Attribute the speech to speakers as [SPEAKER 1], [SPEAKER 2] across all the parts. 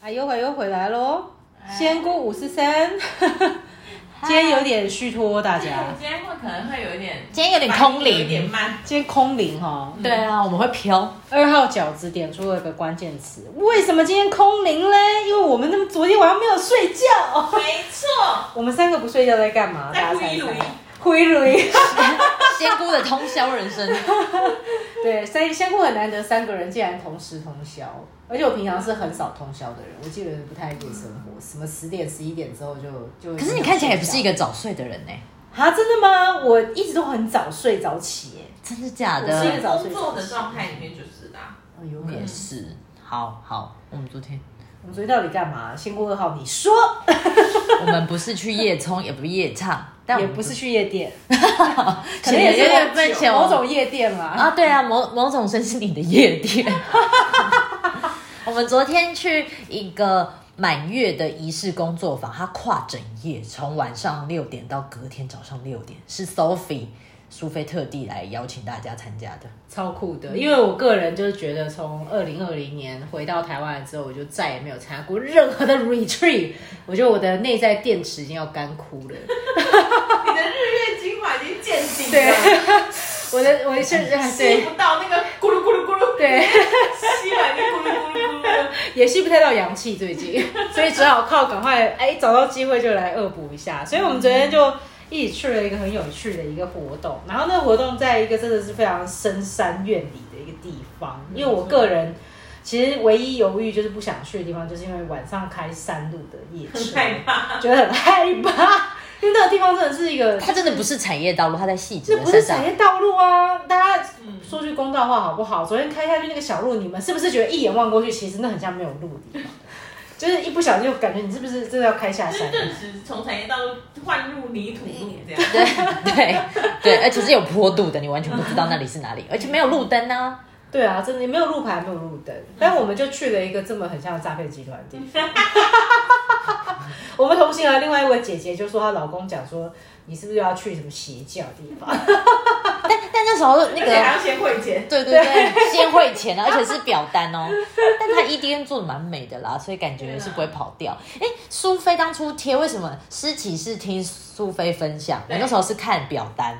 [SPEAKER 1] 啊，优回又回来喽！
[SPEAKER 2] 哎
[SPEAKER 1] 仙姑五四三，今天有点虚脱，大
[SPEAKER 3] 哎我
[SPEAKER 1] 家
[SPEAKER 3] 们今天会可能会有一点，
[SPEAKER 2] 今天有点空灵
[SPEAKER 3] 有点慢。
[SPEAKER 1] 今天空灵哈。
[SPEAKER 2] 对啊，我们会飘。
[SPEAKER 1] 二号饺子点出了一个关键词，为什么今天空灵嘞？因为我们那么昨天晚上没有睡觉，
[SPEAKER 3] 没错，
[SPEAKER 1] 我们三个不睡觉在干嘛？大
[SPEAKER 3] 在
[SPEAKER 1] 家猜
[SPEAKER 3] 呼一
[SPEAKER 1] 一
[SPEAKER 3] 呼
[SPEAKER 1] 猜。灰 驴，
[SPEAKER 2] 仙姑的通宵人生，
[SPEAKER 1] 对，三香菇很难得，三个人竟然同时通宵，而且我平常是很少通宵的人，我基本上不太夜生活，什么十点十一点之后就就。
[SPEAKER 2] 可是你看起来也不是一个早睡的人呢、
[SPEAKER 1] 啊，真的吗？我一直都很早睡早起欸耶，
[SPEAKER 2] 真的假
[SPEAKER 1] 我是一个？
[SPEAKER 2] 的
[SPEAKER 3] 在工作的状态里面就是啦。
[SPEAKER 1] 哦有可
[SPEAKER 2] 也
[SPEAKER 1] 能。
[SPEAKER 2] 是，好好，我们昨天
[SPEAKER 1] 我们昨天到底干嘛？仙姑二号，你说，
[SPEAKER 2] 我们不是去夜冲，也不是夜唱，但我
[SPEAKER 1] 也
[SPEAKER 2] 们
[SPEAKER 1] 不是去夜 店，可
[SPEAKER 2] 可
[SPEAKER 1] 能也是
[SPEAKER 2] 点
[SPEAKER 1] 某
[SPEAKER 2] 前
[SPEAKER 1] 某种夜店啦。
[SPEAKER 2] 啊，对啊，某某种身心灵的夜店。我们昨天去一个满月的仪式工作坊，它跨整夜，从晚上六点到隔天早上六点，是 Sophie 苏菲特地来邀请大家参加的。
[SPEAKER 1] 超酷的，因为我个人就是觉得，从二零二零年回到台湾之后，我就再也没有参加过任何的 retreat，我觉得我的内在电池已经要干枯了。
[SPEAKER 3] 你的日月精华已经见底
[SPEAKER 1] 对
[SPEAKER 3] 了，，
[SPEAKER 1] 我的我的甚至还
[SPEAKER 3] 吸
[SPEAKER 1] 对
[SPEAKER 3] 不到那个咕噜咕噜咕噜，
[SPEAKER 1] 对，
[SPEAKER 3] 吸完就咕噜咕噜咕噜。
[SPEAKER 1] 也吸不太到阳气最 近，所以只好靠赶快哎找到机会就来恶补一下。所以我们昨天就一起去了一个很有趣的一个活动，然后那个活动在一个真的是非常深山院里的一个地方，因为我个人。其实唯一犹豫就是不想去的地方，就是因为晚上开山路的夜车，
[SPEAKER 3] 害怕
[SPEAKER 1] 觉得很害怕，因为那个地方真的是一个
[SPEAKER 2] 它真的不是产业道路，它在细致
[SPEAKER 1] 这
[SPEAKER 2] 的
[SPEAKER 1] 不是产
[SPEAKER 2] 山上。
[SPEAKER 1] 业道路啊！大家
[SPEAKER 3] 嗯
[SPEAKER 1] 说句公道话好不好？昨天开下去那个小路，你们是不是觉得一眼望过去，其实那很像没有路的地方？ 就是一不小心就感觉你是不是真的要开下
[SPEAKER 3] 就
[SPEAKER 1] 山
[SPEAKER 3] 是？顿时从产业道路换入泥土路这样。
[SPEAKER 2] 对对对，而且是有坡度的，你完全不知道那里是哪里，而且没有路灯啊。
[SPEAKER 1] 对啊，真的没有路牌，没有路灯，但我们就去了一个这么很像诈骗集团的地方。 我们同行啊，另外一位姐姐就说她老公讲说，你是不是要去什么邪教地方？
[SPEAKER 2] 但但那时候那
[SPEAKER 3] 而 且还要
[SPEAKER 2] 个。
[SPEAKER 3] 先汇钱，
[SPEAKER 2] 对对对，先汇钱啊，而且是表单哦。但他 EDN 做的蛮美的啦，所以感觉是不会跑掉。哎，苏菲当初贴为什么诗琪是听苏菲分享，我
[SPEAKER 3] 对
[SPEAKER 2] 那时候是看表单，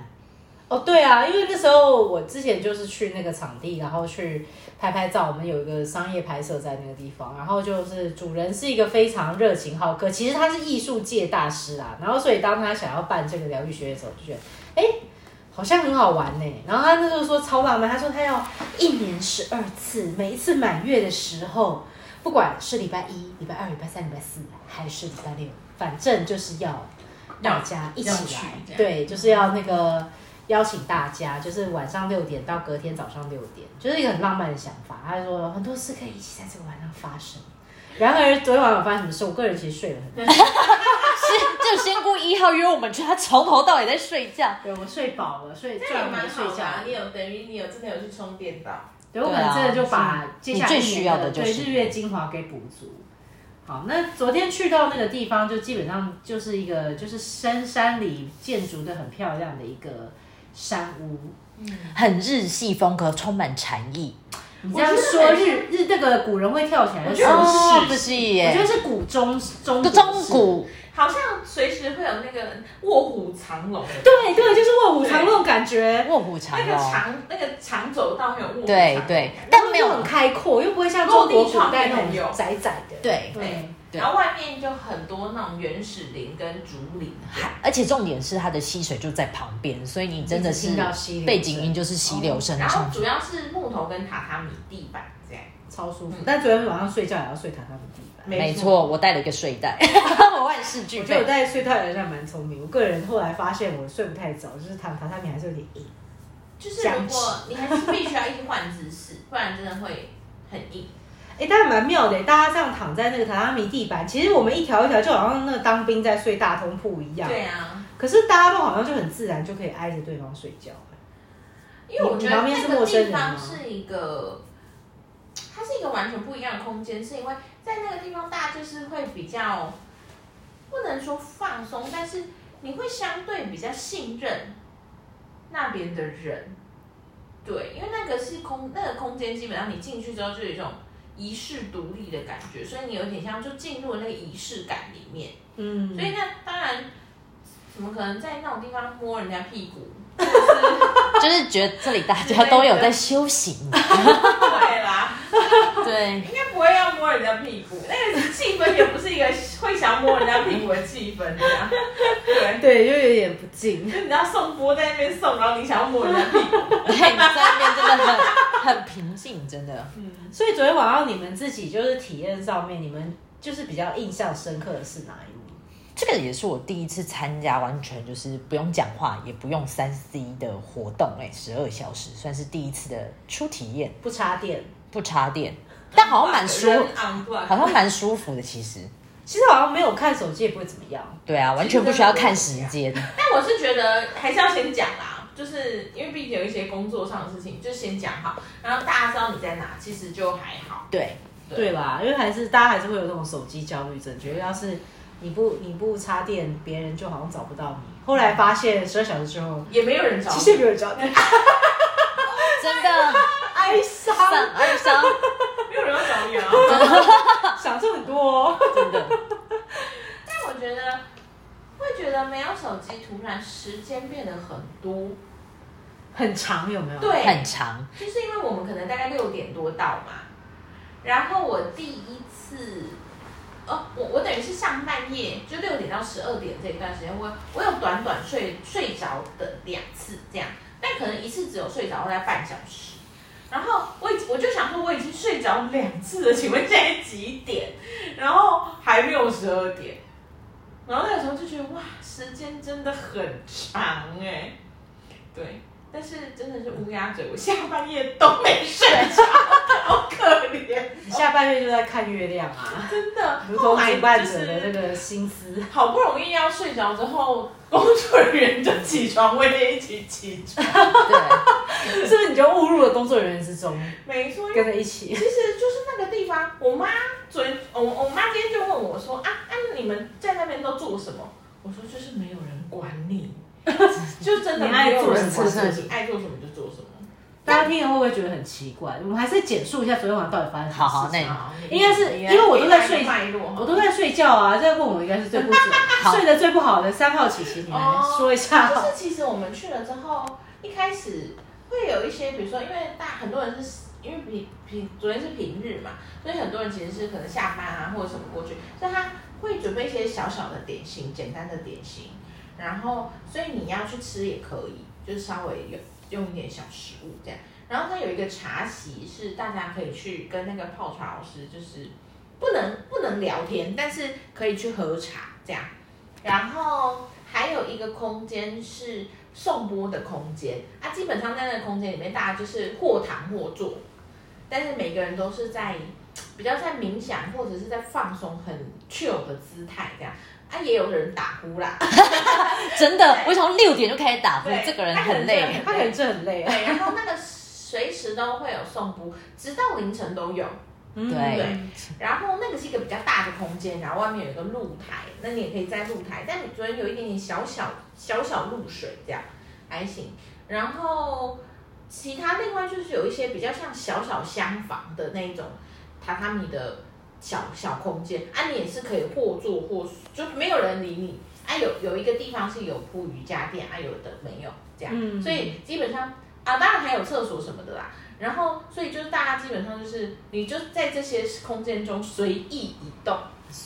[SPEAKER 1] 哦，对啊，因为那时候我之前就是去那个场地，然后去拍拍照。我们有一个商业拍摄在那个地方，然后就是主人是一个非常热情好客，其实他是艺术界大师啦。然后所以当他想要办这个疗愈学院的时候，就觉得哎，诶好像很好玩呢、然后他那时候说超浪漫，他说他要一年十二次，每一次满月的时候，不管是礼拜一、礼拜二、礼拜三、礼拜四，还是礼拜六，反正就是要
[SPEAKER 3] 要
[SPEAKER 1] 大家一起
[SPEAKER 3] 要
[SPEAKER 1] 来
[SPEAKER 3] 去这，样
[SPEAKER 1] 对，就是要那个邀请大家，就是晚上六点到隔天早上六点，就是一个很浪漫的想法。他说很多事可以一起在这个晚上发生。然而昨天晚上发生什么事？我个人其实睡了很多，
[SPEAKER 2] 是就仙姑一号约我们去，他从头到尾在睡觉。
[SPEAKER 1] 对我睡饱了，睡
[SPEAKER 3] 这
[SPEAKER 1] 赚了
[SPEAKER 3] 样也蛮
[SPEAKER 1] 睡
[SPEAKER 3] 好的
[SPEAKER 1] 觉
[SPEAKER 3] 啊
[SPEAKER 1] 了。。
[SPEAKER 3] 你有等于你有真的有去充电到。
[SPEAKER 1] 对，我
[SPEAKER 2] 对
[SPEAKER 1] 可
[SPEAKER 2] 啊
[SPEAKER 1] 能真的就把接下来一
[SPEAKER 2] 你最需要
[SPEAKER 1] 年
[SPEAKER 2] 的
[SPEAKER 1] 的
[SPEAKER 2] 就
[SPEAKER 1] 对
[SPEAKER 2] 是
[SPEAKER 1] 日月精华给补足。好，那昨天去到那个地方，就基本上就是一个就是深山里建筑的很漂亮的一个山屋。
[SPEAKER 2] 很日系风格，充满禅意。
[SPEAKER 1] 你这样说日日那个古人会跳起来，
[SPEAKER 3] 我
[SPEAKER 1] 我
[SPEAKER 3] 觉得
[SPEAKER 2] 哦，不
[SPEAKER 3] 日
[SPEAKER 2] 是
[SPEAKER 1] 我觉
[SPEAKER 2] 耶
[SPEAKER 1] 得，是古中中
[SPEAKER 2] 中
[SPEAKER 1] 式。
[SPEAKER 2] 古
[SPEAKER 3] 好像随时会有那个卧虎藏龙的，
[SPEAKER 1] 对对，就是卧虎藏龙感觉，
[SPEAKER 2] 卧虎藏
[SPEAKER 3] 那个
[SPEAKER 2] 龙。
[SPEAKER 3] 长那个长走道很有卧虎藏龙
[SPEAKER 2] 哦对
[SPEAKER 3] 感
[SPEAKER 2] 对
[SPEAKER 1] 但
[SPEAKER 2] 但没
[SPEAKER 1] 没有
[SPEAKER 2] 有
[SPEAKER 1] 很开阔，又不会像
[SPEAKER 3] 落
[SPEAKER 1] 中
[SPEAKER 3] 地
[SPEAKER 1] 国古
[SPEAKER 3] 窗
[SPEAKER 1] 代
[SPEAKER 3] 也
[SPEAKER 1] 那
[SPEAKER 3] 很有
[SPEAKER 1] 种窄窄的。
[SPEAKER 2] 对
[SPEAKER 1] 对，
[SPEAKER 2] 对
[SPEAKER 3] 然后外面就很多那种原始林跟竹林，
[SPEAKER 2] 而且重点是它的溪水就在旁边，所以你真的
[SPEAKER 1] 一直
[SPEAKER 2] 是
[SPEAKER 1] 听到溪流声
[SPEAKER 2] 背景音就是溪流声
[SPEAKER 3] 哦然后
[SPEAKER 2] 唱。
[SPEAKER 3] 主要是木头跟榻榻米地板这样。
[SPEAKER 1] 超舒服。但昨天晚上睡觉也要睡榻榻米地板。
[SPEAKER 2] 嗯没
[SPEAKER 3] 没
[SPEAKER 2] 错，
[SPEAKER 3] 错
[SPEAKER 2] 我带了一个睡袋，我万事俱
[SPEAKER 1] 我觉得我
[SPEAKER 2] 备。
[SPEAKER 1] 在睡太阳上蛮聪明，我个人后来发现我睡不太早，就是躺榻榻米还是有点硬。
[SPEAKER 3] 就是如果你还是必须要一直换姿势，不然真的会很硬。
[SPEAKER 1] 哎、但蛮妙的，大家这样躺在那个榻榻米地板，其实我们一条一条就好像那个当兵在睡大通铺一样。
[SPEAKER 3] 对。啊，
[SPEAKER 1] 可是大家都好像就很自然就可以挨着对方睡觉。
[SPEAKER 3] 因为我觉
[SPEAKER 1] 你你
[SPEAKER 3] 得
[SPEAKER 1] 旁边是
[SPEAKER 3] 那
[SPEAKER 1] 陌
[SPEAKER 3] 个
[SPEAKER 1] 生
[SPEAKER 3] 地
[SPEAKER 1] 人吗
[SPEAKER 3] 方是一个，它是一个完全不一样的空间，是因为在那个地方大家就是会比较，不能说放松，但是你会相对比较信任那边的人，对，因为那个是空，那个空间基本上你进去之后就有一种。仪式独立的感觉，所以你有点像就进入了那个仪式感里面。
[SPEAKER 1] 嗯
[SPEAKER 3] 所以那当然，怎么可能在那种地方摸人家屁股？
[SPEAKER 2] 就是觉得这里大家都有在修行，
[SPEAKER 3] 对啦，
[SPEAKER 2] 对，
[SPEAKER 3] 应该不会要摸人家屁股， 那个气氛也不是一个 会想摸人家屁股的气氛啊呀。对，
[SPEAKER 1] 对，又有点不敬。
[SPEAKER 3] 就 你知道送波在那边送，然后你想要摸人家屁 股，
[SPEAKER 2] 对，你在那边真的很很平静，真的。
[SPEAKER 1] 所以昨天晚上你们自己就是体验上面，你们就是比较印象深刻的是哪一幕？
[SPEAKER 2] 这个也是我第一次参加，完全就是不用讲话，也不用三 C 的活动、哎，十二小时算是第一次的初体验，
[SPEAKER 1] 不插电，
[SPEAKER 2] 不插电，但好像 蛮舒，
[SPEAKER 3] 服，
[SPEAKER 2] 好像蛮舒服的。其实，
[SPEAKER 1] 其实好像没有看手机也不会怎么样。
[SPEAKER 2] 对啊，完全不需要看时间，
[SPEAKER 3] 但我是觉得还是要先讲啦，就是因为毕竟有一些工作上的事情，就先讲好，然后大家知道你在哪，其实就还好。
[SPEAKER 2] 对，
[SPEAKER 1] 对啦，因为还是大家还是会有那种手机焦虑症，觉得要是你不你不插电，别人就好像找不到你。后来发现十二小时之 后，
[SPEAKER 3] 也没有人找
[SPEAKER 1] 其
[SPEAKER 3] 你，
[SPEAKER 1] 实没有人找你，
[SPEAKER 2] 真的
[SPEAKER 1] 哀伤，
[SPEAKER 2] 很哀伤，
[SPEAKER 3] 没有人要找你 啊。
[SPEAKER 1] 想这很多、哦。
[SPEAKER 2] 真的。
[SPEAKER 3] 但我觉得会觉得没有手机，突然时间变得很多。
[SPEAKER 1] 很长有没有？，
[SPEAKER 3] 对
[SPEAKER 2] 很，长，
[SPEAKER 3] 就是因为我们可能大概六点多到嘛，然后我第一次。哦，我我等于是上半夜，就六点到十二点这一段时间，我我有短短睡睡着的两次这样，但可能一次只有睡着大概半小时。然后我已我就想说我已经睡着两次了，请问现在几点？然后还没有十二点。然后那个时候就觉得哇，时间真的很长哎、对，但是真的是乌鸦嘴，我下半夜都没睡着， 好可怜，
[SPEAKER 1] 你下半月就在看月亮 啊，
[SPEAKER 3] 真的。
[SPEAKER 1] 如
[SPEAKER 3] 后
[SPEAKER 1] 同
[SPEAKER 3] 来
[SPEAKER 1] 主办
[SPEAKER 3] 就
[SPEAKER 1] 者的
[SPEAKER 3] 是
[SPEAKER 1] 那个心思。
[SPEAKER 3] 好不容易要睡着之后，工作人员就起床，我也一起起床。
[SPEAKER 2] 对，
[SPEAKER 1] 是不是你就误入了工作人员之中，
[SPEAKER 3] 没错，因为
[SPEAKER 1] 跟着一起？
[SPEAKER 3] 其实就是那个地方，我妈昨天，我我妈今天就问我说啊啊，你们在那边都做什么？我说就是没有人管 你，就真的
[SPEAKER 1] 你爱
[SPEAKER 3] 没有
[SPEAKER 1] 做
[SPEAKER 3] 人
[SPEAKER 1] 什么
[SPEAKER 3] 管
[SPEAKER 1] 做
[SPEAKER 3] 你
[SPEAKER 1] 什么
[SPEAKER 3] 爱做什么就做什么。
[SPEAKER 1] 大家听了会不会觉得很奇怪？我们还是简述一下昨天晚上到底发生什么
[SPEAKER 2] 好
[SPEAKER 1] 事情。
[SPEAKER 2] 好，那
[SPEAKER 1] 应
[SPEAKER 3] 啊
[SPEAKER 2] 你
[SPEAKER 1] 该是因为我都在睡
[SPEAKER 3] 脉络，
[SPEAKER 1] 我都在睡觉啊，这问我应该是最不准、
[SPEAKER 2] 好
[SPEAKER 1] 睡得最不好的三号琪琪，你来
[SPEAKER 3] 哦
[SPEAKER 1] 说一下。
[SPEAKER 3] 就是其实我们去了之后，一开始会有一些，比如说，因为大很多人是因为平平昨天是平日嘛，所以很多人其实是可能下班啊或者什么过去，所以他会准备一些小小的点心，简单的点心，然后所以你要去吃也可以，就是稍微有用一点小食物这样。然后它有一个茶席是大家可以去跟那个泡茶老师，就是不能不能聊天，但是可以去喝茶这样。然后还有一个空间是送播的空间啊，基本上在那个空间里面，大家就是或躺或坐，但是每个人都是在比较在冥想或者是在放松很 chill 的姿态这样。啊，也有人打呼啦，
[SPEAKER 2] 真的，
[SPEAKER 3] 对
[SPEAKER 2] 我从六点就开始打呼
[SPEAKER 3] 对，
[SPEAKER 2] 这个人很累，
[SPEAKER 1] 他可能真的很累啊。
[SPEAKER 3] 对，然后那个随时都会有送播，直到凌晨都有。
[SPEAKER 1] 嗯
[SPEAKER 2] 对
[SPEAKER 3] 然后那个是一个比较大的空间，然后外面有一个露台，那你也可以在露台，但你昨天有一点点小小小小露水这样，还行。然后其他另外就是有一些比较像小小厢房的那种榻榻米的小小空间，啊，你也是可以或坐或就没有人理你。啊，有有一个地方是有铺瑜伽垫，啊，有的没有这样，
[SPEAKER 1] 嗯
[SPEAKER 3] 所以基本上啊，当然还有厕所什么的啦。然后，所以就是大家基本上就是，你就在这些空间中随意移动，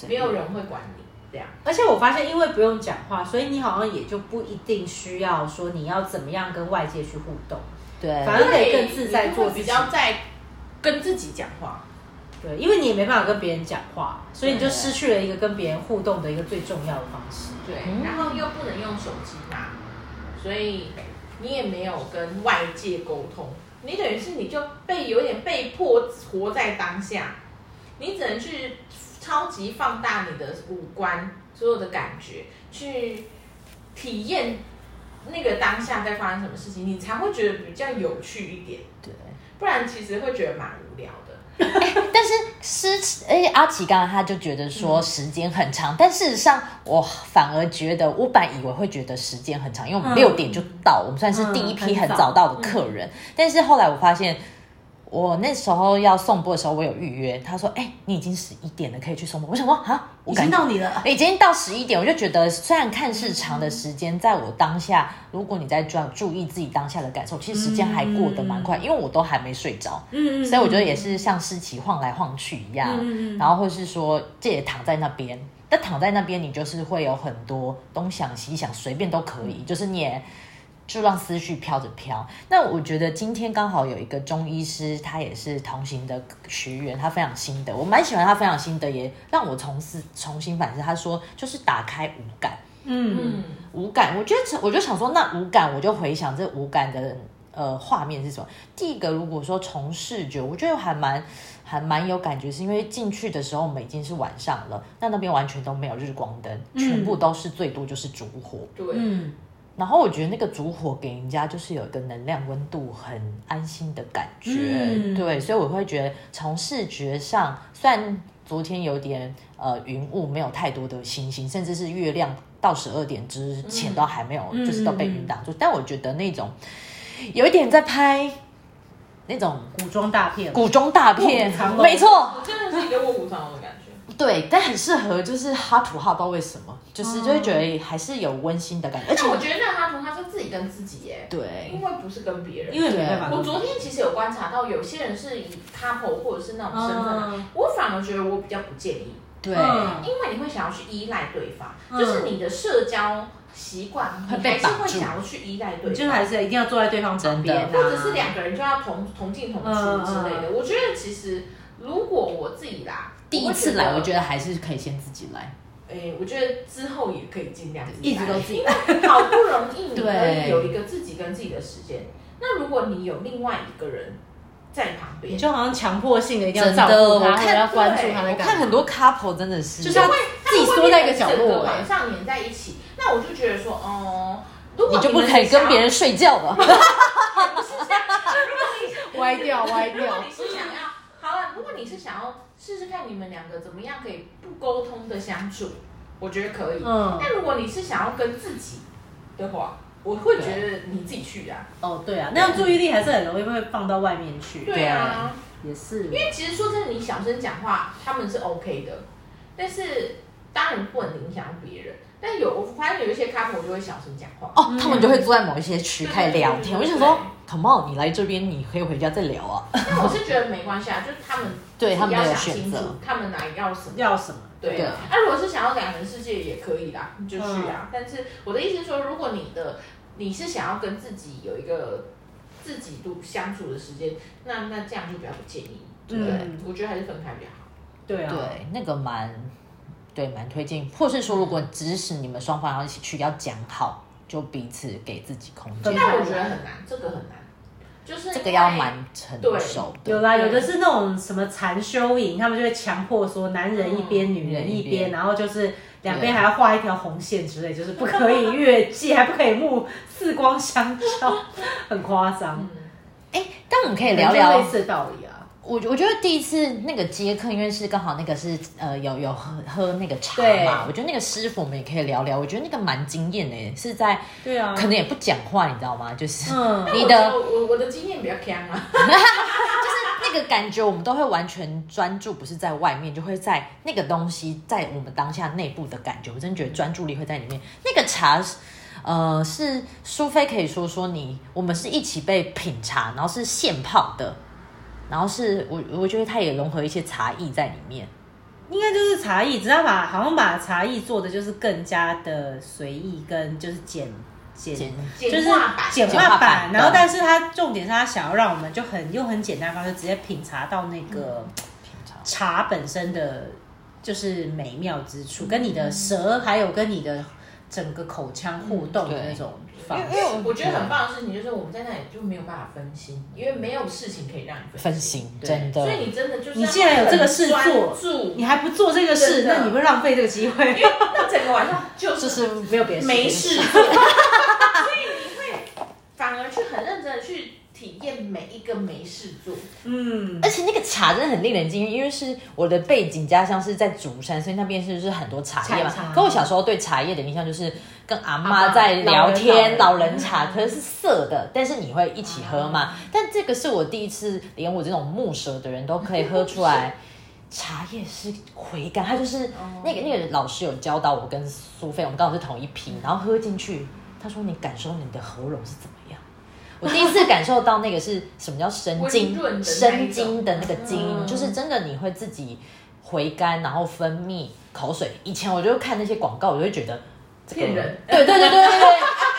[SPEAKER 3] 没有人会管你这样。
[SPEAKER 1] 而且我发现，因为不用讲话，所以你好像也就不一定需要说你要怎么样跟外界去互动，
[SPEAKER 2] 对，
[SPEAKER 1] 反而可以更自在做自
[SPEAKER 3] 你就会
[SPEAKER 1] 己
[SPEAKER 3] 比。较在跟自己讲话。
[SPEAKER 1] 对，因为你也没办法跟别人讲话，所以你就失去了一个跟别人互动的一个最重要的方式。
[SPEAKER 3] 对，
[SPEAKER 2] 嗯
[SPEAKER 3] 然后又不能用手机嘛，所以你也没有跟外界沟通，你等于是你就被有点被迫活在当下，你只能去超级放大你的五官所有的感觉，去体验那个当下在发生什么事情，你才会觉得比较有趣一点，
[SPEAKER 2] 对。
[SPEAKER 3] 不然其实会觉得蛮无聊的。
[SPEAKER 2] 但是是哎，阿奇刚刚他就觉得
[SPEAKER 1] 嗯
[SPEAKER 2] 说时间很长，但事实上我反而觉得，我本来以为会觉得时间很长，因为我们
[SPEAKER 1] 嗯
[SPEAKER 2] 六点就到，我们算是第一
[SPEAKER 1] 嗯
[SPEAKER 2] 批
[SPEAKER 1] 很
[SPEAKER 2] 很
[SPEAKER 1] 早
[SPEAKER 2] 早到的客人。但是后来我发现，我那时候要送播的时候，我有预约，他说：“哎、你已经十一点了，可以去送播。”我想说：“啊，我
[SPEAKER 4] 已
[SPEAKER 2] 感
[SPEAKER 4] 经
[SPEAKER 2] 觉
[SPEAKER 4] 到你了。
[SPEAKER 2] 已经到十一点，我就觉得虽然看似长的时间，在我当下，如果你在专注意自己当下的感受，其实时间还过得蛮快，因为我都还没睡着，
[SPEAKER 4] 嗯嗯
[SPEAKER 2] 所以我觉得也是像诗琪晃来晃去一样，
[SPEAKER 4] 嗯嗯嗯
[SPEAKER 2] 然后或是说这也躺在那边。但躺在那边，你就是会有很多东想西想，随便都可以，
[SPEAKER 4] 嗯
[SPEAKER 2] 就是你也就让思绪飘着飘。那我觉得今天刚好有一个中医师，他也是同行的学员，他分享心得，我蛮喜欢他分享心得，也让我重思重新反思。他说就是打开五感，
[SPEAKER 1] 嗯，
[SPEAKER 3] 嗯，
[SPEAKER 2] 五感，我觉得我就想说，那五感我就回想这五感的呃画面是什么。第一个，如果说从视觉，我觉得还蛮还蛮有感觉，是因为进去的时候我们已经是晚上了，那那边完全都没有日光灯，全部都是最多就是烛火。
[SPEAKER 3] 对，
[SPEAKER 1] 嗯，
[SPEAKER 2] 然后我觉得那个烛火给人家就是有一个能量温度，很安心的感觉。
[SPEAKER 4] 嗯
[SPEAKER 2] 对，所以我会觉得从视觉上，虽然昨天有点呃云雾，没有太多的星星，甚至是月亮到十二点之前都还没有，
[SPEAKER 4] 嗯
[SPEAKER 2] 就是都被云挡住。但我觉得那种有一点在拍那种
[SPEAKER 1] 古装大片，
[SPEAKER 2] 古装大片
[SPEAKER 1] 卧虎藏，龙
[SPEAKER 2] 没错，
[SPEAKER 3] 我真的是一个卧虎藏龙的感觉。
[SPEAKER 2] 对，但很适合就是哈土哈，不知道为什么，就是就会觉得还是有温馨的感觉，而且
[SPEAKER 3] 但我觉得那哈图他是自己跟自己耶，
[SPEAKER 2] 对。
[SPEAKER 3] 因为不是跟别人。
[SPEAKER 4] 因为没办法
[SPEAKER 3] 我昨天其实有观察到，有些人是以 couple 或者是那种身份的，
[SPEAKER 4] 嗯
[SPEAKER 3] 我反而觉得我比较不建议，
[SPEAKER 2] 对，
[SPEAKER 4] 嗯
[SPEAKER 3] 因为你会想要去依赖对方，
[SPEAKER 4] 嗯
[SPEAKER 3] 就是你的社交习惯，你
[SPEAKER 2] 会被
[SPEAKER 3] 还是会
[SPEAKER 2] 绑住
[SPEAKER 3] 想要去依赖对
[SPEAKER 4] 你
[SPEAKER 3] 方，
[SPEAKER 4] 就是还是一定要坐在对方旁边啊，
[SPEAKER 3] 或者是两个人就要同同进同出之类的。我觉得其实如果我自己啦，
[SPEAKER 2] 第一次来，我
[SPEAKER 3] 得，
[SPEAKER 2] 觉得还是可以先自己来。
[SPEAKER 3] 哎，我觉得之后也可以尽量自己
[SPEAKER 2] 一直都
[SPEAKER 3] 来
[SPEAKER 2] 自己
[SPEAKER 3] 因为好不容易你可
[SPEAKER 2] 对
[SPEAKER 3] 以有一个自己跟自己的时间。那如果你有另外一个人在旁边
[SPEAKER 1] 你，就好像强迫性的一定要
[SPEAKER 2] 真的
[SPEAKER 1] 照顾
[SPEAKER 2] 我
[SPEAKER 1] 他，
[SPEAKER 2] 看
[SPEAKER 1] 或者要关注
[SPEAKER 3] 对
[SPEAKER 1] 他的
[SPEAKER 2] 我
[SPEAKER 1] 感觉。
[SPEAKER 2] 看很多 couple 真的是，
[SPEAKER 1] 就是要自己缩在一个角落哎
[SPEAKER 3] 晚上黏在一起，那我就觉得说，哦、如果
[SPEAKER 2] 你就不
[SPEAKER 3] 们
[SPEAKER 2] 可以跟别
[SPEAKER 3] 想要
[SPEAKER 2] 人 睡觉了。
[SPEAKER 1] 歪掉歪
[SPEAKER 3] 如果
[SPEAKER 1] 掉
[SPEAKER 3] 你，是想要，好了，如果你是想要试试看你们两个怎么样可以不沟通的相处，我觉得可以。
[SPEAKER 1] 嗯，
[SPEAKER 3] 但如果你是想要跟自己的话，我会觉得你自己去啊。
[SPEAKER 1] 哦对啊，那样注意力还是很容易会放到外面去，
[SPEAKER 3] 对啊，
[SPEAKER 1] 也是
[SPEAKER 3] 因为其实说真的，你小声讲话他们是 OK 的，但是当然不能影响别人。但有反正有一些 couple 就会小声讲话。
[SPEAKER 2] 哦，他们就会坐在某一些区开始聊天。我
[SPEAKER 3] 对
[SPEAKER 2] 就
[SPEAKER 3] 对对
[SPEAKER 2] 想说，Come on，你来这边，你可以回家再聊啊。
[SPEAKER 3] 但我是觉得没关系啊，就是他们
[SPEAKER 2] 对他们
[SPEAKER 3] 要
[SPEAKER 2] 的
[SPEAKER 3] 想
[SPEAKER 2] 选
[SPEAKER 3] 清楚
[SPEAKER 2] 择，
[SPEAKER 3] 他们哪要什么。
[SPEAKER 1] 要什么？
[SPEAKER 3] 对
[SPEAKER 2] 对
[SPEAKER 3] 啊，那、如果是想要两人世界也可以啦，你就去啊。但是我的意思是说，如果你的你是想要跟自己有一个自己独相处的时间，那那这样就比较不建议。对不对，
[SPEAKER 1] 嗯
[SPEAKER 3] 我觉得还是分开比较好。
[SPEAKER 1] 对啊，
[SPEAKER 2] 对，那个蛮，对，蛮推荐。或是说，如果只是你们双方要一起去，要讲好，就彼此给自己空间
[SPEAKER 1] 嗯。
[SPEAKER 3] 但我觉得很难，这个很难，就是
[SPEAKER 2] 这
[SPEAKER 3] 因
[SPEAKER 2] 个
[SPEAKER 3] 为
[SPEAKER 2] 要蛮成
[SPEAKER 3] 对
[SPEAKER 2] 熟
[SPEAKER 1] 有
[SPEAKER 2] 的。
[SPEAKER 1] 啦，
[SPEAKER 3] 对
[SPEAKER 1] 啊有的是那种什么禅修营，他们就会强迫说男人一边，女人一
[SPEAKER 2] 女人一边
[SPEAKER 1] 边，然后就是两
[SPEAKER 2] 对
[SPEAKER 1] 边还要画一条红线之类，就是不可以越界，还不可以目四光相交，很夸张。
[SPEAKER 2] 哎，但我们可以聊聊
[SPEAKER 1] 就类似的道理啊，
[SPEAKER 2] 我我觉得第一次那个接客，因为是刚好那个是呃有有喝喝那个茶
[SPEAKER 1] 对
[SPEAKER 2] 嘛，我觉得那个师傅我们也可以聊聊，我觉得那个蛮惊艳的耶，是在
[SPEAKER 1] 对啊
[SPEAKER 2] 可能也不讲话，你知道吗？ 就是、
[SPEAKER 1] 嗯
[SPEAKER 2] 你的
[SPEAKER 3] 我我我的经验比较强啊，
[SPEAKER 2] 就是那个感觉，我们都会完全专注，不是在外面，就会在那个东西在我们当下内部的感觉，我真的觉得专注力会在里面。那个茶是。呃，是苏菲可以说说你，我们是一起被品茶，然后是现泡的，然后是我我觉得它也融合一些茶艺在里面。
[SPEAKER 1] 应该就是茶艺，只要把好像把茶艺做的就是更加的随意跟就是简简。
[SPEAKER 2] 简
[SPEAKER 1] 就是
[SPEAKER 3] 简化版
[SPEAKER 1] 简
[SPEAKER 2] 化
[SPEAKER 1] 化
[SPEAKER 2] 版
[SPEAKER 1] 版，
[SPEAKER 2] 对
[SPEAKER 1] 然后但是它重点是它想要让我们就很用很简单的方式直接品茶到那个茶本身的就是美妙之处，跟你的舌还有跟你的整个口腔互动的那种方
[SPEAKER 3] 因
[SPEAKER 1] 式。
[SPEAKER 3] 为我觉得很棒的事情就是我们在那里就没有办法分心，因为没有事情可以让你
[SPEAKER 2] 分
[SPEAKER 3] 分心。
[SPEAKER 2] 心，
[SPEAKER 1] 对
[SPEAKER 2] 真的
[SPEAKER 3] 所。以你真的就是
[SPEAKER 1] 你既然有这个事做
[SPEAKER 3] 很专注
[SPEAKER 1] 你还不做这个事，
[SPEAKER 3] 真的
[SPEAKER 1] 那你会浪费这个机会，
[SPEAKER 3] 那整个晚上就
[SPEAKER 2] 就是是
[SPEAKER 1] 没有别的
[SPEAKER 3] 没
[SPEAKER 1] 情
[SPEAKER 3] 事做，所以你会反而去很认真的去体验每一个没事做。
[SPEAKER 1] 嗯，
[SPEAKER 2] 而且那个茶真的很令人惊艳，因为是我的背景家乡是在竹山，所以那边是就是很多茶叶嘛
[SPEAKER 1] 采茶。
[SPEAKER 2] 可我小时候对茶叶的印象就是跟阿
[SPEAKER 1] 阿
[SPEAKER 2] 妈
[SPEAKER 1] 嬷
[SPEAKER 2] 在聊天，
[SPEAKER 1] 老
[SPEAKER 2] 老
[SPEAKER 1] 人
[SPEAKER 2] 人茶，可是是涩的，但是你会一起喝嘛？
[SPEAKER 1] 啊
[SPEAKER 2] 但这个是我第一次，连我这种木舌的人都可以喝出来。茶叶是回甘，它就是
[SPEAKER 1] 哦
[SPEAKER 2] 那个那个老师有教导我跟苏菲，我们刚好是同一批，然后喝进去，他说你感受你的喉咙是怎么样。我第一次感受到那个是什么叫生津
[SPEAKER 3] 温润的那一，种
[SPEAKER 2] 生津的那个津，
[SPEAKER 1] 嗯
[SPEAKER 2] 就是真的你会自己回甘，然后分泌口水。以前我就看那些广告，我就会觉得这个
[SPEAKER 3] 骗人
[SPEAKER 1] 嗯
[SPEAKER 2] 对对对对 对对，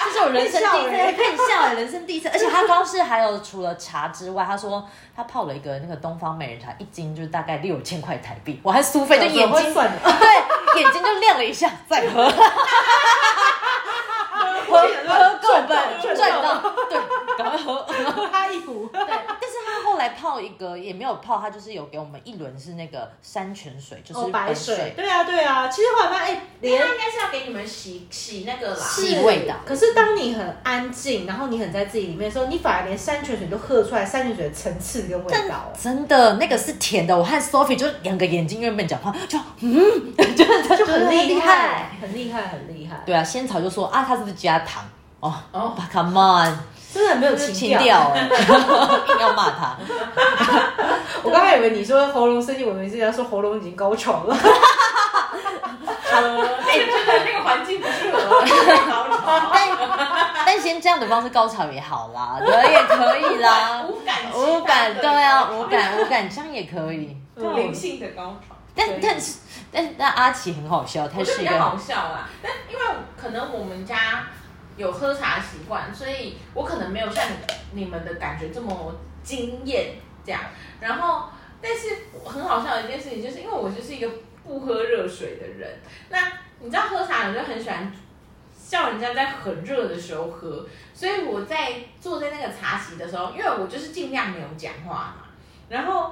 [SPEAKER 2] 这是我人生第一次
[SPEAKER 1] 骗笑人
[SPEAKER 2] 骗笑人生第一次。而且他光是还有除了茶之外，他说他泡了一个那个东方美人茶，一斤就是大概六千块台币，我还苏菲就眼睛
[SPEAKER 1] 会算的，
[SPEAKER 2] 对，眼睛就亮了一下，再喝，喝喝够本赚到，对，赶快喝。
[SPEAKER 1] 他一壶。
[SPEAKER 3] 呃
[SPEAKER 2] 对，啊但是他后来泡一个也没有泡，他就是有给我们一轮是那个山泉水，就是、
[SPEAKER 1] 哦，白水，，对啊，对啊。其实后来发现，哎，
[SPEAKER 3] 因 为
[SPEAKER 1] 连
[SPEAKER 3] 它应该是要给你们洗洗那个啦，
[SPEAKER 2] 气味道
[SPEAKER 1] 可是当你很安静，然后你很在自己里面的时候，你反而连山泉水都喝出来山泉水的层次跟味道。
[SPEAKER 2] 真的那个是甜的。我和 Sophie 就两个眼睛原本讲话就嗯，就 就
[SPEAKER 1] 就很厉
[SPEAKER 2] 害。
[SPEAKER 1] 害，很厉害，很厉害，
[SPEAKER 2] 对啊，仙草就说啊，他是不是加糖？哦，
[SPEAKER 3] 哦
[SPEAKER 2] 哦，Come on，
[SPEAKER 1] 真的很没有
[SPEAKER 2] 情
[SPEAKER 1] 情调。
[SPEAKER 2] 调哎，硬要骂他。
[SPEAKER 1] 我刚才以为你说喉咙生气，我以为是要说喉咙已经高潮 了。
[SPEAKER 3] 就觉得那个环境不 适合太高潮，
[SPEAKER 1] 哎
[SPEAKER 2] 但先这样的方式高潮也好啦，对，也可以啦。
[SPEAKER 3] 无感
[SPEAKER 2] 无感，对啊，无
[SPEAKER 3] 无
[SPEAKER 2] 感无感这样也可以。
[SPEAKER 3] 灵性的高潮。
[SPEAKER 2] 但
[SPEAKER 1] 对
[SPEAKER 2] 但是但但阿奇很好笑，他
[SPEAKER 3] 我觉得
[SPEAKER 2] 是
[SPEAKER 3] 比
[SPEAKER 2] 一
[SPEAKER 3] 较好
[SPEAKER 2] 个
[SPEAKER 3] 笑啦。但因为可能我们家有喝茶习惯，所以我可能没有像你们的感觉这么惊艳这样。然后，但是我很好笑的一件事情，就是因为我就是一个不喝热水的人。那你知道喝茶，我就很喜欢叫人家在很热的时候喝，所以我在坐在那个茶席的时候，因为我就是尽量没有讲话嘛，然后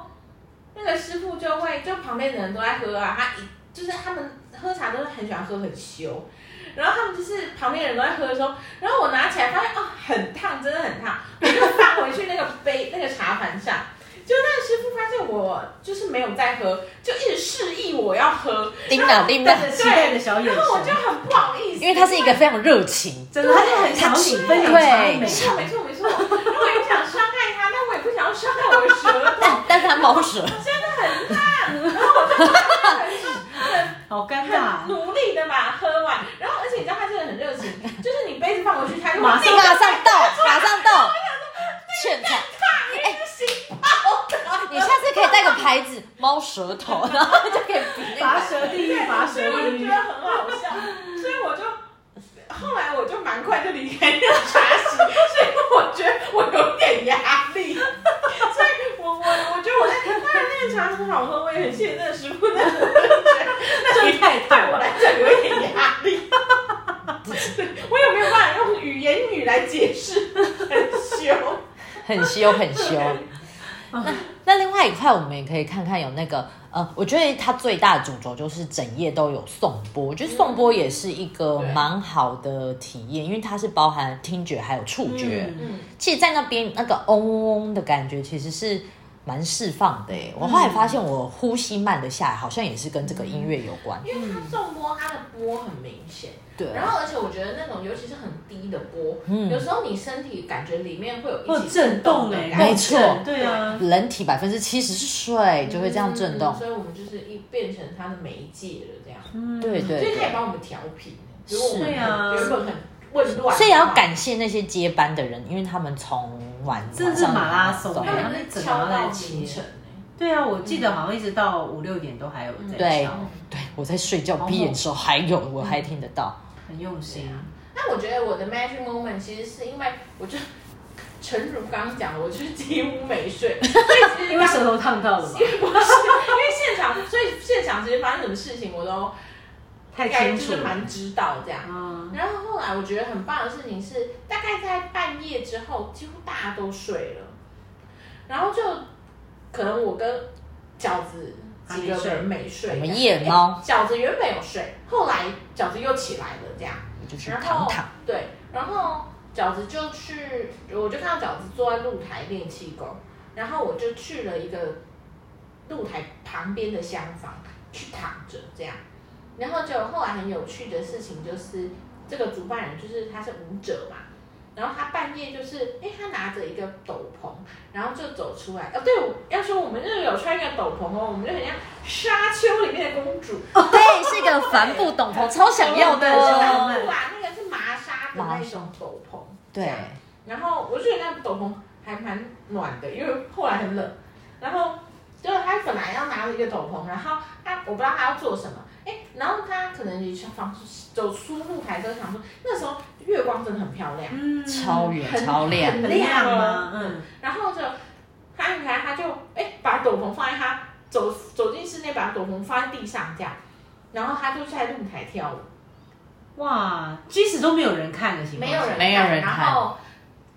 [SPEAKER 3] 那个师傅就会，就旁边的人都在喝啊，他一就是他们喝茶都是很喜欢喝很羞，然后他们就是旁边人都在喝的时候，然后我拿起来发现哦很烫，真的很烫，我就放回去那个杯 那个茶盘上。就那个师傅发现我就是没有在喝，就一直示意我要喝，
[SPEAKER 2] 叮当叮当
[SPEAKER 1] 带，着期待的小眼
[SPEAKER 3] 然后我就
[SPEAKER 1] 神，
[SPEAKER 3] 很不好意思，
[SPEAKER 2] 因为他是一个非常热情，
[SPEAKER 1] 真的，他就很想请分享
[SPEAKER 2] 对
[SPEAKER 1] 他的美
[SPEAKER 3] 没
[SPEAKER 1] 食
[SPEAKER 3] 错没错没错，然后我也不想伤害他，但我也不想要伤害我的舌头，
[SPEAKER 2] 但但是他猫舌，
[SPEAKER 1] 好尴
[SPEAKER 3] 很
[SPEAKER 1] 尬。啊
[SPEAKER 3] 努力的把它喝完，然后而且你知道他真的很热情，就是你杯子放回去，他就
[SPEAKER 1] 马
[SPEAKER 2] 马上
[SPEAKER 3] 立刻
[SPEAKER 2] 到，马上到，劝他。哎，你下次可以带个牌子“猫舌头”，然后就可以比那
[SPEAKER 1] 拔
[SPEAKER 2] 个。
[SPEAKER 1] 舌第一，拔舌
[SPEAKER 3] 所以我就
[SPEAKER 1] 第
[SPEAKER 3] 觉
[SPEAKER 1] 一
[SPEAKER 3] 得。很好笑，所以我就后来我就蛮快就离开那个茶席，所以我觉得我有点压力，所以我我我觉得我在当然那个茶很好喝，我也很谢谢那个师傅，但是我就觉得那一派对我来讲有一点压力，我也没有办法用语言语来解释，很羞。
[SPEAKER 2] 很羞很羞。那那另外一块，我们也可以看看有那个呃，我觉得它最大的主轴就是整夜都有颂钵，我觉得颂钵也是一个
[SPEAKER 3] 对
[SPEAKER 2] 蛮好的体验，因为它是包含听觉还有触觉。
[SPEAKER 1] 嗯
[SPEAKER 3] 嗯，
[SPEAKER 2] 其实，在那边那个嗡嗡嗡的感觉，其实是蛮释放的耶。我后来发现，我呼吸慢了下来，好像也是跟这个音乐有关。
[SPEAKER 3] 因为它重波，它的波很明显。
[SPEAKER 2] 对啊
[SPEAKER 3] 然后，而且我觉得那种尤其是很低的波，
[SPEAKER 2] 嗯
[SPEAKER 3] 有时候你身体感觉里面会有
[SPEAKER 1] 会
[SPEAKER 3] 一
[SPEAKER 1] 有
[SPEAKER 3] 起
[SPEAKER 1] 震动
[SPEAKER 3] 的
[SPEAKER 1] 哎、
[SPEAKER 3] 感觉，
[SPEAKER 2] 没错
[SPEAKER 1] 对啊，
[SPEAKER 2] 人体百分之七十是水，就会这样震动
[SPEAKER 3] 嗯。所以我们就是一变成它的媒介了，这样，
[SPEAKER 1] 嗯
[SPEAKER 2] 对对
[SPEAKER 3] 所以它也
[SPEAKER 2] 对。
[SPEAKER 3] 帮我们调频。如果我们
[SPEAKER 2] 是
[SPEAKER 1] 啊
[SPEAKER 3] 原本很混乱，
[SPEAKER 2] 所以也要感谢那些接班的人，因为他们从晚
[SPEAKER 1] 这是马拉松
[SPEAKER 3] 他
[SPEAKER 2] 晚上
[SPEAKER 3] 们是敲到凌晨欸
[SPEAKER 1] 对啊，我记得好像一直到五六点都还有在
[SPEAKER 2] 对
[SPEAKER 1] 敲，
[SPEAKER 2] 对，我在睡觉闭眼的时候还有，我还听得到。
[SPEAKER 1] 很用心。
[SPEAKER 3] 那我觉得我的 magic moment 其实是因为我就。诚如刚刚讲的，我就是几乎没睡，所以其实
[SPEAKER 1] 因为舌头烫到了嘛，
[SPEAKER 3] 不是， 因为现场，所以现场其实发生什么事情我都
[SPEAKER 1] 太
[SPEAKER 3] 大概
[SPEAKER 1] 清
[SPEAKER 3] 就
[SPEAKER 1] 楚
[SPEAKER 3] 是
[SPEAKER 1] 了。
[SPEAKER 3] 蛮知道这样。
[SPEAKER 1] 嗯，
[SPEAKER 3] 然后后来我觉得很棒的事情是，大概在半夜之后，几乎大家都睡了，然后就可能我跟饺子几个人没睡，
[SPEAKER 2] 我们夜猫
[SPEAKER 3] 诶饺子原本有睡，后来饺子又起来了这样。
[SPEAKER 2] 就是
[SPEAKER 3] 然
[SPEAKER 2] 躺
[SPEAKER 3] 后
[SPEAKER 2] 躺，
[SPEAKER 3] 对，然后饺子就去，我就看到饺子坐在露台练气功，然后我就去了一个露台旁边的厢房去躺着这样，然后就后来很有趣的事情就是，这个主办人就是他是舞者嘛，然后他半夜就是，哎，他拿着一个斗篷，然后就走出来。哦，对，我要说我们就是有穿一个斗篷哦，我们就很像沙丘里面的公主，
[SPEAKER 2] 对，是一个帆布斗篷，超想要的
[SPEAKER 3] 对，是
[SPEAKER 2] 哦。
[SPEAKER 3] 南部啊，那个是麻纱的那种斗篷。
[SPEAKER 2] 对，
[SPEAKER 3] 然后我就觉得那斗篷还蛮暖的，因为后来很冷。然后就是他本来要拿着一个斗篷，然后他我不知道他要做什么，哎，然后他可能也想放走出露台之后想说，那时候月光真的很漂亮，
[SPEAKER 4] 嗯，
[SPEAKER 2] 超远超亮，
[SPEAKER 3] 很
[SPEAKER 4] 很
[SPEAKER 3] 亮
[SPEAKER 4] 亮
[SPEAKER 3] 哦
[SPEAKER 4] 吗？嗯，
[SPEAKER 3] 然后就他按开，他就哎把斗篷放在他走走进室内，把斗篷放在地上这样，然后他就在露台跳舞。
[SPEAKER 4] 哇，即使都没有人看的情况
[SPEAKER 3] 没
[SPEAKER 4] 下，
[SPEAKER 3] 有人看，
[SPEAKER 2] 没有人看
[SPEAKER 3] 然后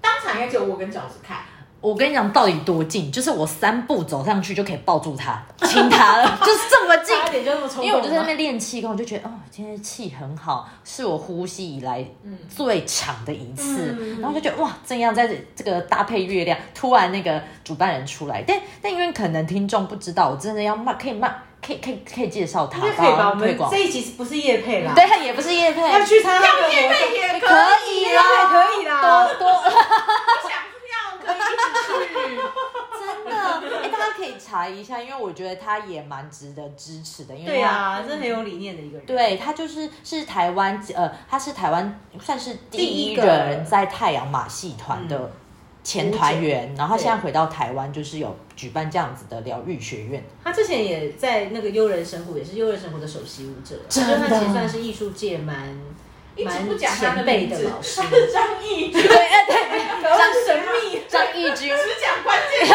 [SPEAKER 3] 当场应该只有我跟饺子看，
[SPEAKER 2] 我跟你讲，到底多近？就是我三步走上去就可以抱住他，亲他 了，就是这么近。
[SPEAKER 1] 差一点就那么冲动
[SPEAKER 2] 因为我就在那
[SPEAKER 1] 了
[SPEAKER 2] 边练气功，我就觉得哦，今天气很好，是我呼吸以来
[SPEAKER 3] 嗯
[SPEAKER 2] 最长的一次。
[SPEAKER 4] 嗯
[SPEAKER 2] 然后就觉得哇，这样在这个搭配月亮，突然那个主办人出来，但但因为可能听众不知道，我真的要慢，可以慢，可以可以可以介绍他
[SPEAKER 1] 应该可以吧？我
[SPEAKER 2] 推
[SPEAKER 1] 们
[SPEAKER 2] 啊广
[SPEAKER 1] 这。一集不是叶配啦，
[SPEAKER 2] 对，也不是叶配，
[SPEAKER 1] 要去参加这个活动，
[SPEAKER 3] 也
[SPEAKER 2] 可以啊啦，
[SPEAKER 1] 可以啦，
[SPEAKER 2] 多多。
[SPEAKER 3] 我想要可以一起去。
[SPEAKER 2] 真的，哎、大家可以查一下，因为我觉得他也蛮值得支持的，因为
[SPEAKER 4] 对
[SPEAKER 2] 他
[SPEAKER 4] 啊，这很有理念的一个人。
[SPEAKER 2] 对他就是是台湾呃，他是台湾算是第
[SPEAKER 1] 第
[SPEAKER 2] 一
[SPEAKER 1] 一个嗯
[SPEAKER 2] 人在太阳马戏团的前团员，然后现在回到台湾就是有举办这样子的疗愈学院，
[SPEAKER 1] 他之前也在那个悠人神谷，也是悠人神谷的首席舞者，
[SPEAKER 2] 真
[SPEAKER 1] 就
[SPEAKER 2] 的
[SPEAKER 1] 他其实算是艺术界蛮
[SPEAKER 3] 一直不
[SPEAKER 1] 蛮
[SPEAKER 3] 讲他的
[SPEAKER 1] 前辈
[SPEAKER 3] 名
[SPEAKER 1] 的
[SPEAKER 3] 字
[SPEAKER 1] 老，师
[SPEAKER 3] 他。是 张译，
[SPEAKER 2] 对哎对，
[SPEAKER 1] 张神秘，
[SPEAKER 2] 张义军
[SPEAKER 3] 只讲关 键词，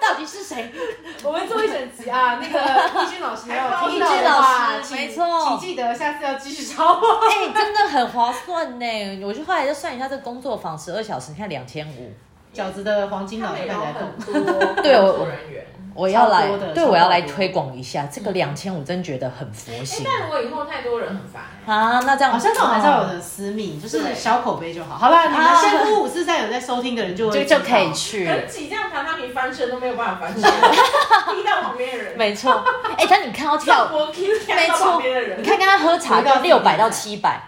[SPEAKER 2] 到底是谁？
[SPEAKER 1] 我们做一整集啊，那个易军老师要听到
[SPEAKER 2] 易君
[SPEAKER 1] 的话，
[SPEAKER 2] 老师
[SPEAKER 1] 请
[SPEAKER 2] 没错
[SPEAKER 1] 请记得下次要继续找我。
[SPEAKER 2] 哎、真的很划算呢！我就后来就算一下，这工作坊十二小时，你看两千五，
[SPEAKER 1] 饺子的黄金脑
[SPEAKER 3] 他
[SPEAKER 1] 袋
[SPEAKER 3] 们
[SPEAKER 1] 看
[SPEAKER 3] 有
[SPEAKER 1] 起来动
[SPEAKER 3] 很多
[SPEAKER 2] 对我
[SPEAKER 3] 工作人员。
[SPEAKER 2] 我要来
[SPEAKER 1] 超多的
[SPEAKER 2] 对
[SPEAKER 1] 超
[SPEAKER 2] 我要来
[SPEAKER 1] 多的嗯
[SPEAKER 2] 推广一下这个两千五，真觉得很佛
[SPEAKER 3] 哎，
[SPEAKER 2] 心
[SPEAKER 3] 但如果以后太多人很烦。
[SPEAKER 2] 啊！那这样哦
[SPEAKER 1] 好像这种还是要有的私密，就是小口碑就好。好啦，你
[SPEAKER 2] 啊
[SPEAKER 1] 们先五五四三有在收听的人就
[SPEAKER 2] 就
[SPEAKER 1] 会
[SPEAKER 2] 就可以
[SPEAKER 1] 知
[SPEAKER 2] 去了
[SPEAKER 3] 很。挤，这样榻榻米翻身都没有办法翻 身，踢到旁边的人。
[SPEAKER 2] 没错，哎、但你看到跳，
[SPEAKER 3] 我 Q
[SPEAKER 2] 没
[SPEAKER 3] 踢到
[SPEAKER 2] 错
[SPEAKER 3] 旁边的，人
[SPEAKER 2] 你。看跟他喝茶
[SPEAKER 1] 回到
[SPEAKER 2] 就
[SPEAKER 1] 自己
[SPEAKER 2] 六百到
[SPEAKER 1] 的
[SPEAKER 2] 七百，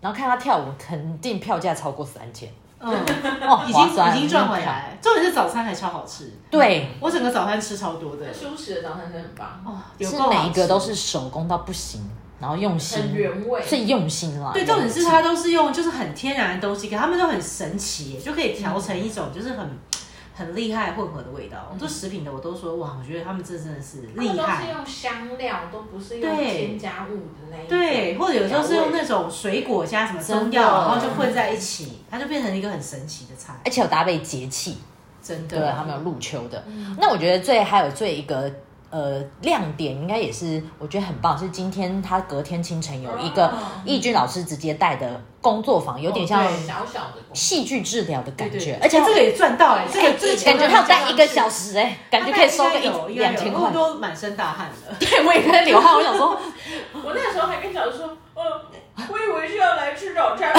[SPEAKER 2] 然后看他跳舞，肯定票价超过三千，
[SPEAKER 1] 道， 嗯，
[SPEAKER 2] 哦，
[SPEAKER 1] 已
[SPEAKER 2] 划
[SPEAKER 1] 经
[SPEAKER 2] 算
[SPEAKER 1] 已经赚回。
[SPEAKER 2] 那票
[SPEAKER 1] 来。重点是早餐还超好吃，
[SPEAKER 2] 对，
[SPEAKER 1] 我整个早餐吃超多的。
[SPEAKER 3] 舒适的早餐真的很棒，
[SPEAKER 1] 哦，有
[SPEAKER 2] 是
[SPEAKER 1] 够
[SPEAKER 2] 每
[SPEAKER 1] 好
[SPEAKER 2] 一
[SPEAKER 1] 吃
[SPEAKER 2] 个都是手工到不行，然后用
[SPEAKER 3] 很
[SPEAKER 2] 心，
[SPEAKER 3] 原味。
[SPEAKER 2] 最用心啦。
[SPEAKER 1] 对，重点是它都是用就是很天然的东西，可他们都很神奇耶，就可以调成一种就是很很厉害混合的味道。做食品的我都说哇，我觉得他们这真的是
[SPEAKER 3] 他们
[SPEAKER 1] 厉
[SPEAKER 3] 都是
[SPEAKER 1] 害。
[SPEAKER 3] 用香料，都不是用
[SPEAKER 1] 对
[SPEAKER 3] 添加物的那一种
[SPEAKER 1] 对，或者有时候是用
[SPEAKER 3] 调味
[SPEAKER 1] 那种水果加什么中
[SPEAKER 2] 真的
[SPEAKER 1] 药，然后就混在一起，它就变成一个很神奇的菜。
[SPEAKER 2] 而且有搭配节气，
[SPEAKER 1] 真的，
[SPEAKER 2] 对，他们有入秋的。
[SPEAKER 1] 嗯
[SPEAKER 2] 那我觉得最还有最一个呃亮点，应该也是我觉得很棒，是今天他隔天清晨有一个
[SPEAKER 3] 哦
[SPEAKER 2] 义军老师直接带的工作坊，有点像
[SPEAKER 1] 啊哦对
[SPEAKER 3] 小小的工作
[SPEAKER 2] 戏剧治疗的感觉，
[SPEAKER 1] 而
[SPEAKER 2] 而且
[SPEAKER 1] 且这个也赚到哎，这个这个
[SPEAKER 2] 感觉他有待一个小时哎、感觉可以收个一
[SPEAKER 1] 一
[SPEAKER 2] 两千块。
[SPEAKER 1] 都满身大汗了。
[SPEAKER 2] 对，我也在流汗，我想说，
[SPEAKER 3] 我那时候还跟小说，呃，我以为是要来吃早 餐，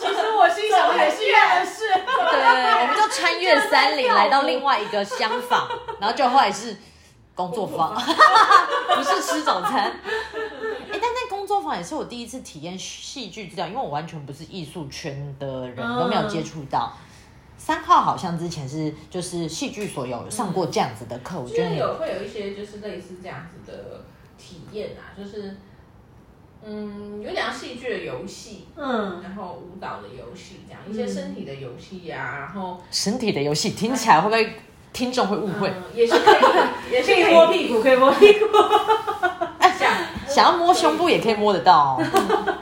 [SPEAKER 1] 其实我心想的也是越来是，
[SPEAKER 2] 对，我们就穿越 山林来到另外一个厢房，然后就后来是工 作坊，不是吃早餐。哎、但那工作坊也是我第一次体验戏剧治疗，因为我完全不是艺术圈的人，
[SPEAKER 1] 嗯
[SPEAKER 2] 都没有接触到。三号好像之前是就是戏剧所有上过这样子的课，我
[SPEAKER 3] 就
[SPEAKER 2] 觉得
[SPEAKER 3] 是
[SPEAKER 2] 你
[SPEAKER 3] 有会有一些就是类似这样子的体验啊，就是嗯，有点像戏剧的游戏，
[SPEAKER 1] 嗯，
[SPEAKER 3] 然后舞蹈的游戏，这样一些身体的游戏呀，然后
[SPEAKER 2] 身体的游戏听起来会不会听众会误会？
[SPEAKER 3] 嗯也是可以，也
[SPEAKER 1] 可
[SPEAKER 3] 是
[SPEAKER 1] 以
[SPEAKER 3] 可
[SPEAKER 1] 摸
[SPEAKER 3] 以
[SPEAKER 1] 屁股，可以摸屁股。
[SPEAKER 3] 这样，
[SPEAKER 2] 想要摸胸部也可以摸得 到、哦。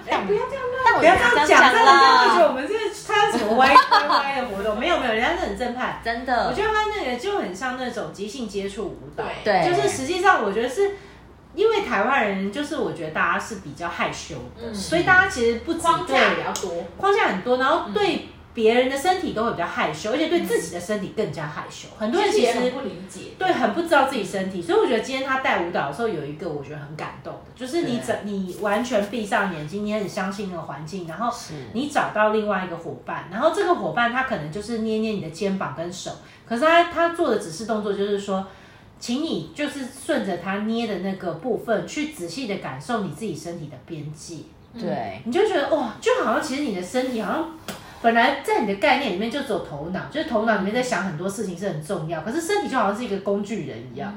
[SPEAKER 3] 哎，不要这样乱
[SPEAKER 2] 但我
[SPEAKER 1] 不 要这样讲，真的
[SPEAKER 2] 啦
[SPEAKER 1] 会觉得我们这是参加什么歪歪歪的活动？没有没有，人家是很正派。
[SPEAKER 2] 真
[SPEAKER 1] 我
[SPEAKER 2] 的
[SPEAKER 1] 觉得他那个就很像那种即兴接触舞蹈，
[SPEAKER 3] 对
[SPEAKER 2] 对
[SPEAKER 1] 就是实际上我觉得是。因为台湾人就是我觉得大家是比较害羞的，
[SPEAKER 3] 嗯
[SPEAKER 1] 所以大家其实不只
[SPEAKER 3] 框
[SPEAKER 1] 对
[SPEAKER 3] 架比较多，
[SPEAKER 1] 嗯框架很多，然后对别人的身体都会比较害羞，而且对自己的身体更加害羞。很多人
[SPEAKER 3] 其实
[SPEAKER 1] 其
[SPEAKER 3] 也
[SPEAKER 1] 实
[SPEAKER 3] 很不理解，
[SPEAKER 1] 对，很不知道自己身体，所以我觉得今天他带舞蹈的时候有一个我觉得很感动的，就是你
[SPEAKER 2] 对
[SPEAKER 1] 整你完全闭上眼睛，你很相信那个环境，然后
[SPEAKER 2] 是
[SPEAKER 1] 你找到另外一个伙伴，然后这个伙伴他可能就是捏捏你的肩膀跟手，可是他他做的只是动作，就是说，请你就是顺着他捏的那个部分去仔细的感受你自己身体的边界，
[SPEAKER 2] 对，
[SPEAKER 1] 你就觉得哇，就好像其实你的身体好像本来在你的概念里面就只有头脑，就是头脑里面在想很多事情是很重要，可是身体就好像是一个工具人一样，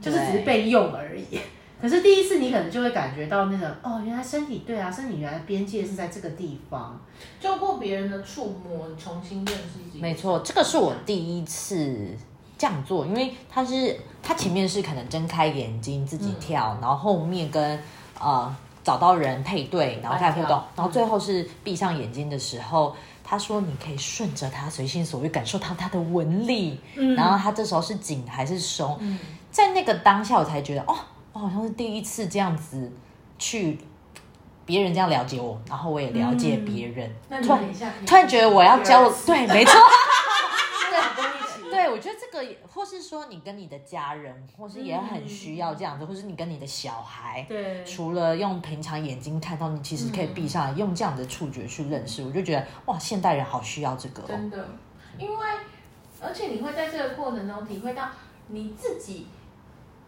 [SPEAKER 1] 就是只是被用而已。可是第一次你可能就会感觉到那种哦，原来身体对啊，身体原来边界是在这个地方，
[SPEAKER 3] 透过别人的触摸，你重新认识自己。
[SPEAKER 2] 没错，这个是我第一次这样做，因为它是它前面是可能睁开眼睛自己跳，
[SPEAKER 1] 嗯
[SPEAKER 2] 然后后面跟呃找到人配对，然后再互
[SPEAKER 5] 跳
[SPEAKER 2] 动，然后最后是闭上眼睛的时候。他说：“你可以顺着他随心所欲感受到他的纹理，
[SPEAKER 1] 嗯
[SPEAKER 2] 然后他这时候是紧还是松，
[SPEAKER 3] 嗯，
[SPEAKER 2] 在那个当下，我才觉得哦，我好像是第一次这样子去别人这样了解我，然后我也了解别人，
[SPEAKER 3] 那你
[SPEAKER 2] 突然
[SPEAKER 3] 等一下可以
[SPEAKER 2] 突然觉得我要教，对，没错，
[SPEAKER 3] 对
[SPEAKER 2] 对，我觉得这个也，或是说你跟你的家人，或是也很需要这样子，或是你跟你的小孩，
[SPEAKER 1] 对
[SPEAKER 2] 除了用平常眼睛看到，你其实可以闭上来，用这样的触觉去认识，我就觉得哇，现代人好需要这个哦，
[SPEAKER 3] 真的，因为而且你会在这个过程中体会到你自己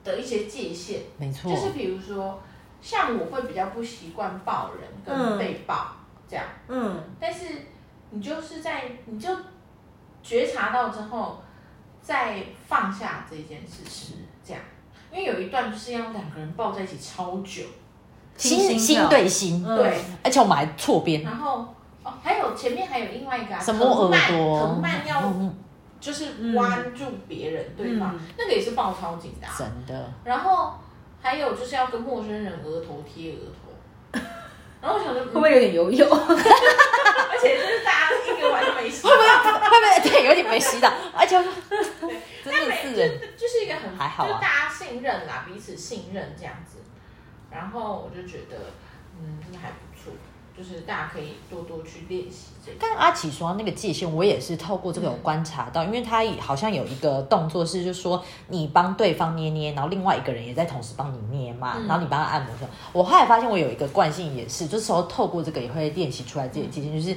[SPEAKER 3] 的一些界限，
[SPEAKER 2] 没错
[SPEAKER 3] 就，是比如说，像我会比较不习惯抱人跟
[SPEAKER 1] 嗯
[SPEAKER 3] 被抱这样，
[SPEAKER 1] 嗯，
[SPEAKER 3] 但是你就是在你就觉察到之后，再放下这件事情，这样。因为有一段就是要两个人抱在一起超久，
[SPEAKER 1] 听
[SPEAKER 2] 心
[SPEAKER 1] 心
[SPEAKER 2] 心
[SPEAKER 1] 跳
[SPEAKER 2] 对心，
[SPEAKER 1] 嗯
[SPEAKER 3] 对，
[SPEAKER 2] 而且我们还错边，
[SPEAKER 3] 然后哦，还有前面还有另外一个、啊、
[SPEAKER 2] 什么耳朵，
[SPEAKER 3] 藤蔓藤蔓要
[SPEAKER 2] 嗯
[SPEAKER 3] 就是弯住别人对方，
[SPEAKER 1] 嗯
[SPEAKER 3] 那个也是抱超紧的、啊。
[SPEAKER 2] 真的。
[SPEAKER 3] 然后还有就是要跟陌生人额头贴额头， 然后我想说，嗯
[SPEAKER 1] 会不会有点哦油油？
[SPEAKER 3] 而且就是大家一个玩就没洗，
[SPEAKER 2] 会不会对有点没洗澡？而且我说真的是人
[SPEAKER 3] 就是一个很
[SPEAKER 2] 还好啊
[SPEAKER 3] 就大家信任啦，彼此信任这样子。然后我就觉得，嗯，真的还不错，就是大家可以多多去练习这个。
[SPEAKER 2] 刚刚阿奇说到那个界限，我也是透过这个有观察到，因为他好像有一个动作是，就是说你帮对方捏捏，然后另外一个人也在同时帮你捏嘛，
[SPEAKER 3] 嗯
[SPEAKER 2] 然后你帮他按摩什么。我后来发现我有一个惯性也是，这时候透过这个也会练习出来自己的界限，就是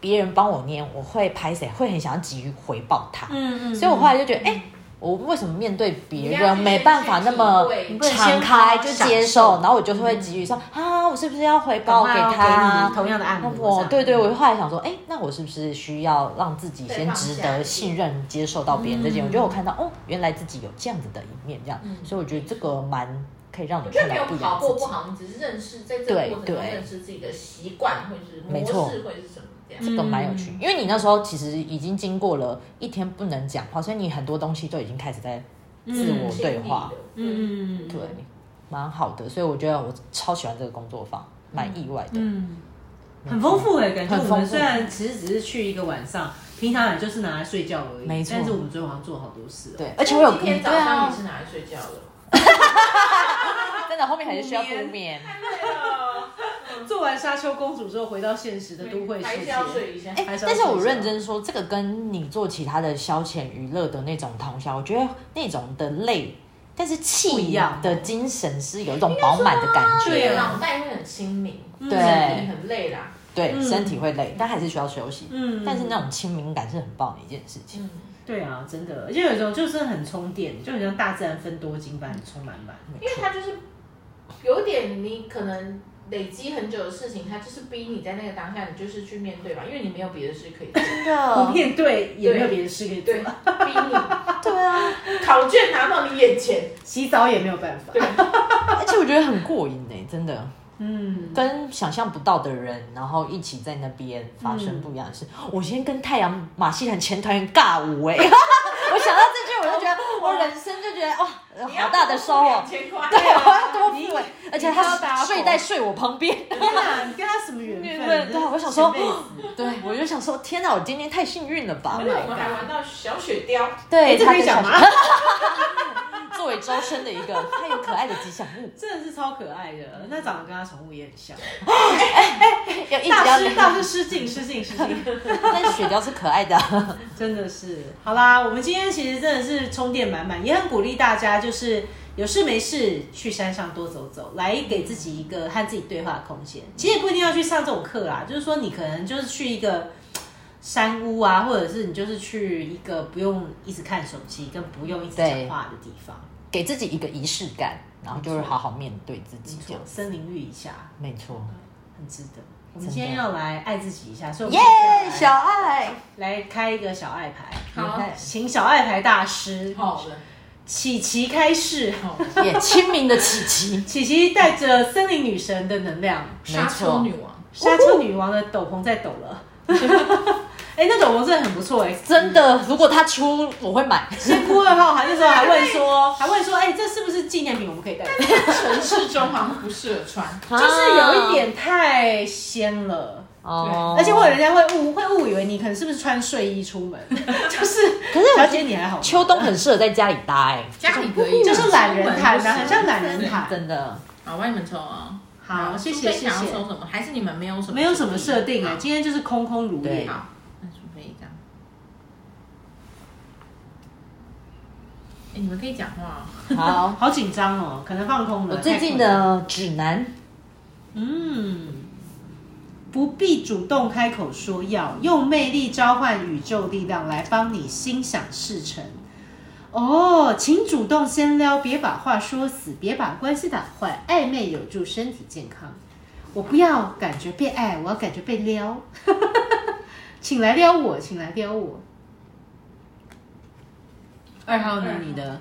[SPEAKER 2] 别人帮我捏，我会拍谁，会很想要急于回报他，
[SPEAKER 1] 嗯嗯
[SPEAKER 2] 所以我后来就觉得，哎、我为什么面对别
[SPEAKER 3] 你要
[SPEAKER 2] 人
[SPEAKER 3] 去
[SPEAKER 2] 没办法那么
[SPEAKER 3] 先
[SPEAKER 1] 去体会
[SPEAKER 2] 敞开
[SPEAKER 1] 你不
[SPEAKER 2] 就
[SPEAKER 1] 能先享
[SPEAKER 2] 接受
[SPEAKER 1] 受，
[SPEAKER 2] 然后我就
[SPEAKER 3] 嗯
[SPEAKER 2] 会急于说啊，我是不是要回报给
[SPEAKER 3] 啊
[SPEAKER 2] 他？
[SPEAKER 1] 哦同样的按
[SPEAKER 2] 那
[SPEAKER 1] 摩
[SPEAKER 2] 我
[SPEAKER 1] 这样，
[SPEAKER 2] 对对，我后来想说，哎，那我是不是需要让自己先值
[SPEAKER 3] 嗯对放下一
[SPEAKER 2] 得
[SPEAKER 3] 点
[SPEAKER 2] 信任、接受到别人这
[SPEAKER 1] 嗯
[SPEAKER 2] 件？我觉得我看到哦，原来自己有这样子的一面，这样，
[SPEAKER 3] 嗯
[SPEAKER 2] 所以我觉得这个蛮可以让
[SPEAKER 3] 我
[SPEAKER 2] 你
[SPEAKER 3] 觉得
[SPEAKER 2] 看
[SPEAKER 3] 没
[SPEAKER 2] 到
[SPEAKER 3] 有
[SPEAKER 2] 不一
[SPEAKER 3] 好
[SPEAKER 2] 样
[SPEAKER 3] 或
[SPEAKER 2] 的自
[SPEAKER 3] 不
[SPEAKER 2] 己。
[SPEAKER 3] 好，你只是认识在这个
[SPEAKER 2] 对
[SPEAKER 3] 过程中
[SPEAKER 2] 对
[SPEAKER 3] 认识自己的习惯或者是模
[SPEAKER 2] 没错
[SPEAKER 3] 式或者是什么这样。
[SPEAKER 2] 这个蛮有趣
[SPEAKER 1] 嗯，
[SPEAKER 2] 因为你那时候其实已经经过了一天不能讲话，所以你很多东西都已经开始在自我
[SPEAKER 3] 心
[SPEAKER 2] 对
[SPEAKER 3] 理
[SPEAKER 2] 话
[SPEAKER 3] 的，
[SPEAKER 1] 嗯嗯
[SPEAKER 2] 对，蛮好的。所以我觉得我超喜欢这个工作坊，蛮意外的。
[SPEAKER 1] 嗯，很丰富哎、感觉
[SPEAKER 2] 嗯很
[SPEAKER 1] 我
[SPEAKER 2] 丰
[SPEAKER 1] 们
[SPEAKER 2] 富
[SPEAKER 1] 虽然其实只是去一个晚上，平常也就是拿来睡觉而已，
[SPEAKER 2] 没错
[SPEAKER 1] 但是我们昨天晚上做了好多事、哦。
[SPEAKER 2] 对，而且我有
[SPEAKER 3] 今天早
[SPEAKER 2] 对
[SPEAKER 3] 上
[SPEAKER 2] 啊
[SPEAKER 3] 也，是拿来睡觉的。
[SPEAKER 2] 真的后面还是需要
[SPEAKER 1] 补
[SPEAKER 2] 补
[SPEAKER 1] 眠
[SPEAKER 2] 眠。
[SPEAKER 1] 做完沙丘公主之后，回到现实的都会
[SPEAKER 3] 还
[SPEAKER 1] 世
[SPEAKER 3] 是
[SPEAKER 1] 界。
[SPEAKER 3] 要睡一下。啊
[SPEAKER 2] 哎、
[SPEAKER 1] 还是要
[SPEAKER 2] 但是我
[SPEAKER 1] 睡觉
[SPEAKER 2] 认真说，这个跟你做其他的消遣娱乐的那种通宵，我觉得那种的累，但是
[SPEAKER 1] 不
[SPEAKER 2] 气
[SPEAKER 1] 一样
[SPEAKER 2] 的精神是有一种饱满的感
[SPEAKER 3] 对，
[SPEAKER 2] 觉，
[SPEAKER 3] 脑袋会很清明，
[SPEAKER 1] 嗯
[SPEAKER 2] 对
[SPEAKER 3] 身体很累啦。
[SPEAKER 2] 对、
[SPEAKER 1] 嗯
[SPEAKER 2] 身体会累，但还是需要休息。
[SPEAKER 1] 嗯
[SPEAKER 2] 但是那种亲民感是很棒的一件事情。
[SPEAKER 3] 嗯，
[SPEAKER 1] 对啊，真的，而且有一种就是很充电，就很像大自然分多金般充满满。
[SPEAKER 2] 嗯
[SPEAKER 3] 因为它就是有点你可能累积很久的事情，它就是逼你在那个当下，你就是去面对吧，因为你没有别的事可 以做。
[SPEAKER 2] 真
[SPEAKER 1] 不
[SPEAKER 2] 的，
[SPEAKER 1] 面对也没有别的事可以做
[SPEAKER 3] 对，，逼你
[SPEAKER 2] 对啊，
[SPEAKER 3] 考卷拿到你眼前，
[SPEAKER 1] 洗澡也没有办法。
[SPEAKER 3] 对，
[SPEAKER 2] 而且我觉得很过瘾呢、真的，
[SPEAKER 1] 嗯，
[SPEAKER 2] 跟想象不到的人，然后一起在那边发生不一样的事。我今天跟太阳马戏团前团员尬舞哎、 我想到这句我就觉得我人生就觉得哇，有好大的收获
[SPEAKER 3] 两。千块，
[SPEAKER 2] 对，我要多付哎，而且
[SPEAKER 1] 你要打
[SPEAKER 2] 他
[SPEAKER 1] 火
[SPEAKER 2] 睡袋睡我旁边。
[SPEAKER 1] 天哪，你跟他什么缘
[SPEAKER 2] 缘
[SPEAKER 1] 分？
[SPEAKER 2] 分对啊我想说
[SPEAKER 1] 前辈子
[SPEAKER 2] 对，我就想说，天哪，我今天太幸运了吧
[SPEAKER 1] 哎
[SPEAKER 3] 而且！我们还玩到小雪雕，
[SPEAKER 2] 对，
[SPEAKER 1] 这可以讲吗
[SPEAKER 2] 差点想？作为招生的一个，它有可爱的吉嗯祥物，
[SPEAKER 1] 真的是超可爱的。那长得跟他宠物也很像。
[SPEAKER 2] 要一 直
[SPEAKER 1] 大
[SPEAKER 2] 要
[SPEAKER 1] 师大师失敬失敬失敬，
[SPEAKER 2] 但雪貂是可爱的，
[SPEAKER 1] 真的是。好啦，我们今天其实真的是充电满满，也很鼓励大家，就是有事没事去山上多走走，来给自己一个和自己对话的空间。其实也不一定要去上这种课啦，就是说你可能就是去一个。山屋啊，或者是你就是去一个不用一直看手机，跟不用一直讲
[SPEAKER 2] 对
[SPEAKER 1] 话的地方，
[SPEAKER 2] 给自己一个仪式感，然后就是好好面对自己
[SPEAKER 1] 没
[SPEAKER 2] 这
[SPEAKER 1] 错
[SPEAKER 2] 样，子。
[SPEAKER 1] 森林浴一下
[SPEAKER 2] 没错，
[SPEAKER 1] 很值得。我们
[SPEAKER 2] 真的
[SPEAKER 1] 今天要来爱自己一下，所以我
[SPEAKER 2] 耶
[SPEAKER 1] 们接，下
[SPEAKER 2] 小
[SPEAKER 1] 来
[SPEAKER 2] 爱，
[SPEAKER 1] 来开一个小爱牌，
[SPEAKER 3] 好
[SPEAKER 1] 来请小爱牌大师
[SPEAKER 3] 好了，
[SPEAKER 1] 琪琪开示，
[SPEAKER 3] 好了，
[SPEAKER 2] 也亲民的琪琪，
[SPEAKER 1] 琪琪带着森林女神的能量，
[SPEAKER 3] 沙丘女王，
[SPEAKER 1] 沙丘女王的斗篷在抖了。 哎、那斗篷真的很不错哎、
[SPEAKER 2] 真的，如果他出，我会买。
[SPEAKER 1] 仙姑二号还那时候还问说，还问说，哎、这是不是纪念品？我们可以带回去，
[SPEAKER 3] 城市中好像不适合穿。
[SPEAKER 1] 就是有一点太仙了。
[SPEAKER 2] 哦
[SPEAKER 1] 而且会有人家会误会误以为你可能是不是穿睡衣出门， 就是
[SPEAKER 2] 可是我
[SPEAKER 1] 小姐你还好吗，
[SPEAKER 2] 秋冬很适合在家里搭，哎，
[SPEAKER 3] 家里可以，
[SPEAKER 1] 就是懒人毯啊，很像懒人
[SPEAKER 3] 毯。
[SPEAKER 1] 毯。
[SPEAKER 2] 真的，
[SPEAKER 3] 好，我帮你们抽啊。
[SPEAKER 1] 好，谢谢
[SPEAKER 3] 苏菲
[SPEAKER 1] 谢
[SPEAKER 3] 想要
[SPEAKER 1] 谢。
[SPEAKER 3] 抽什么？还是你们没有什么？
[SPEAKER 1] 没有什么设定哎，
[SPEAKER 3] 好
[SPEAKER 1] 今天就是空空如也
[SPEAKER 2] 对。
[SPEAKER 3] 好，那准备一张。哎，你们可以讲话哦。
[SPEAKER 2] 好。
[SPEAKER 1] 好紧张哦，可能放空了。
[SPEAKER 2] 我最近
[SPEAKER 1] 太困了，
[SPEAKER 2] 的指南，
[SPEAKER 1] 嗯，不必主动开口说要，用魅力召唤宇宙力量来帮你心想事成。哦，请主动先撩，别把话说死，别把关系打坏，暧昧有助身体健康。我不要感觉被爱，我要感觉被撩。 请来撩我，请来撩我。二
[SPEAKER 2] 嗯
[SPEAKER 1] 号呢？哦你的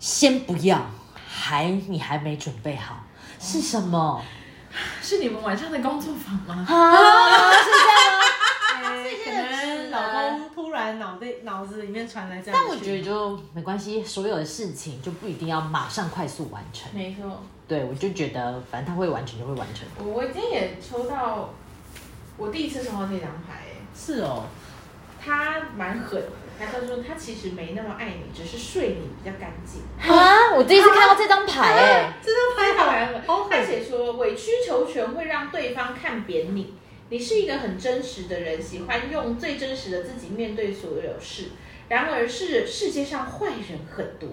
[SPEAKER 2] 先不要，还你还没准备好，是什么
[SPEAKER 3] 是你们晚上的工作坊吗？
[SPEAKER 2] 啊？是这样吗？
[SPEAKER 1] 可能啊老公突然脑袋脑子里面传来这样的
[SPEAKER 2] 但
[SPEAKER 1] 讯息，
[SPEAKER 2] 我觉得就没关系，所有的事情就不一定要马上快速完成。
[SPEAKER 3] 没错，
[SPEAKER 2] 对，我就觉得反正他会完成就会完成。
[SPEAKER 3] 我我今天也抽到，我第一次抽到这张牌，哎
[SPEAKER 1] 是哦，
[SPEAKER 3] 他蛮狠的。他就说他其实没那么爱你，只是睡你比较干净。
[SPEAKER 2] 啊！我第一次看到这张牌、哎、
[SPEAKER 1] 这张牌好
[SPEAKER 3] 然
[SPEAKER 1] 好狠
[SPEAKER 3] 他写说委曲求全会让对方看扁你。你是一个很真实的人，喜欢用最真实的自己面对所有事。然而是世界上坏人很多，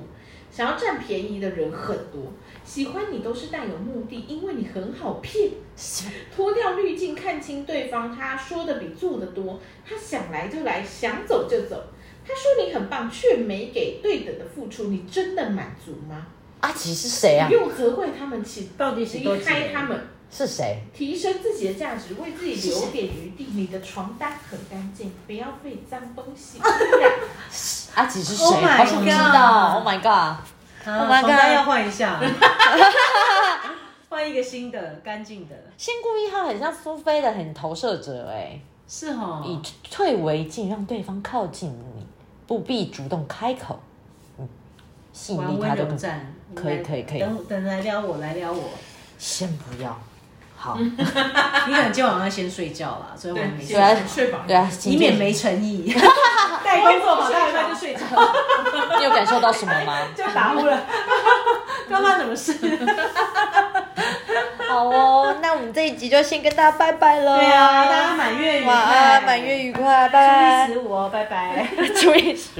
[SPEAKER 3] 想要占便宜的人很多，喜欢你都是带有目的，因为你很好骗。 脱掉滤镜，看清对方，他说的比做的多，他想来就来，想走就走。他说你很棒，却没给对等的付出，你真的满足吗？
[SPEAKER 2] 阿奇是谁啊
[SPEAKER 3] 不？用责怪他们，请
[SPEAKER 1] 到底是多
[SPEAKER 3] 离开他们，
[SPEAKER 2] 是谁？
[SPEAKER 3] 提升自己的价值，为自己留点余地。你的床单很干净，不要被脏东西污染。
[SPEAKER 2] 阿奇啊是谁
[SPEAKER 1] Oh my
[SPEAKER 2] 好想知道
[SPEAKER 1] god
[SPEAKER 2] ！Oh my god！
[SPEAKER 1] 啊
[SPEAKER 2] Oh my
[SPEAKER 1] 床单
[SPEAKER 2] god
[SPEAKER 1] 要换一下， 换一个新的干净的，
[SPEAKER 2] 仙姑一号很像苏菲的，很投射者、哎，
[SPEAKER 1] 是哦，
[SPEAKER 2] 以退为进，让对方靠近你，不必主动开口，嗯，吸引
[SPEAKER 1] 玩
[SPEAKER 2] 力他
[SPEAKER 1] 温
[SPEAKER 2] 都
[SPEAKER 1] 柔
[SPEAKER 2] 不
[SPEAKER 1] 战，
[SPEAKER 2] 可以可以可以
[SPEAKER 1] 等等来撩我来撩我，
[SPEAKER 2] 先不要。好，
[SPEAKER 1] 你可能今晚要先睡觉 啦，所以我们没
[SPEAKER 3] 对
[SPEAKER 1] 事
[SPEAKER 2] 对，啊
[SPEAKER 3] 睡饱
[SPEAKER 2] 对啊，
[SPEAKER 1] 以
[SPEAKER 2] 以
[SPEAKER 1] 免没诚意，带工作跑到一半就睡着，
[SPEAKER 2] 你有感受到什么吗？
[SPEAKER 1] 就打呼了，刚刚什么事？
[SPEAKER 2] 啊好哦，那我们这一集就先跟大家拜拜了。
[SPEAKER 1] 对啊，大家满月愉快，
[SPEAKER 2] 晚安，满月愉快，拜
[SPEAKER 1] 初一十
[SPEAKER 2] 拜。
[SPEAKER 1] 五哦，拜拜。
[SPEAKER 2] 初一十五。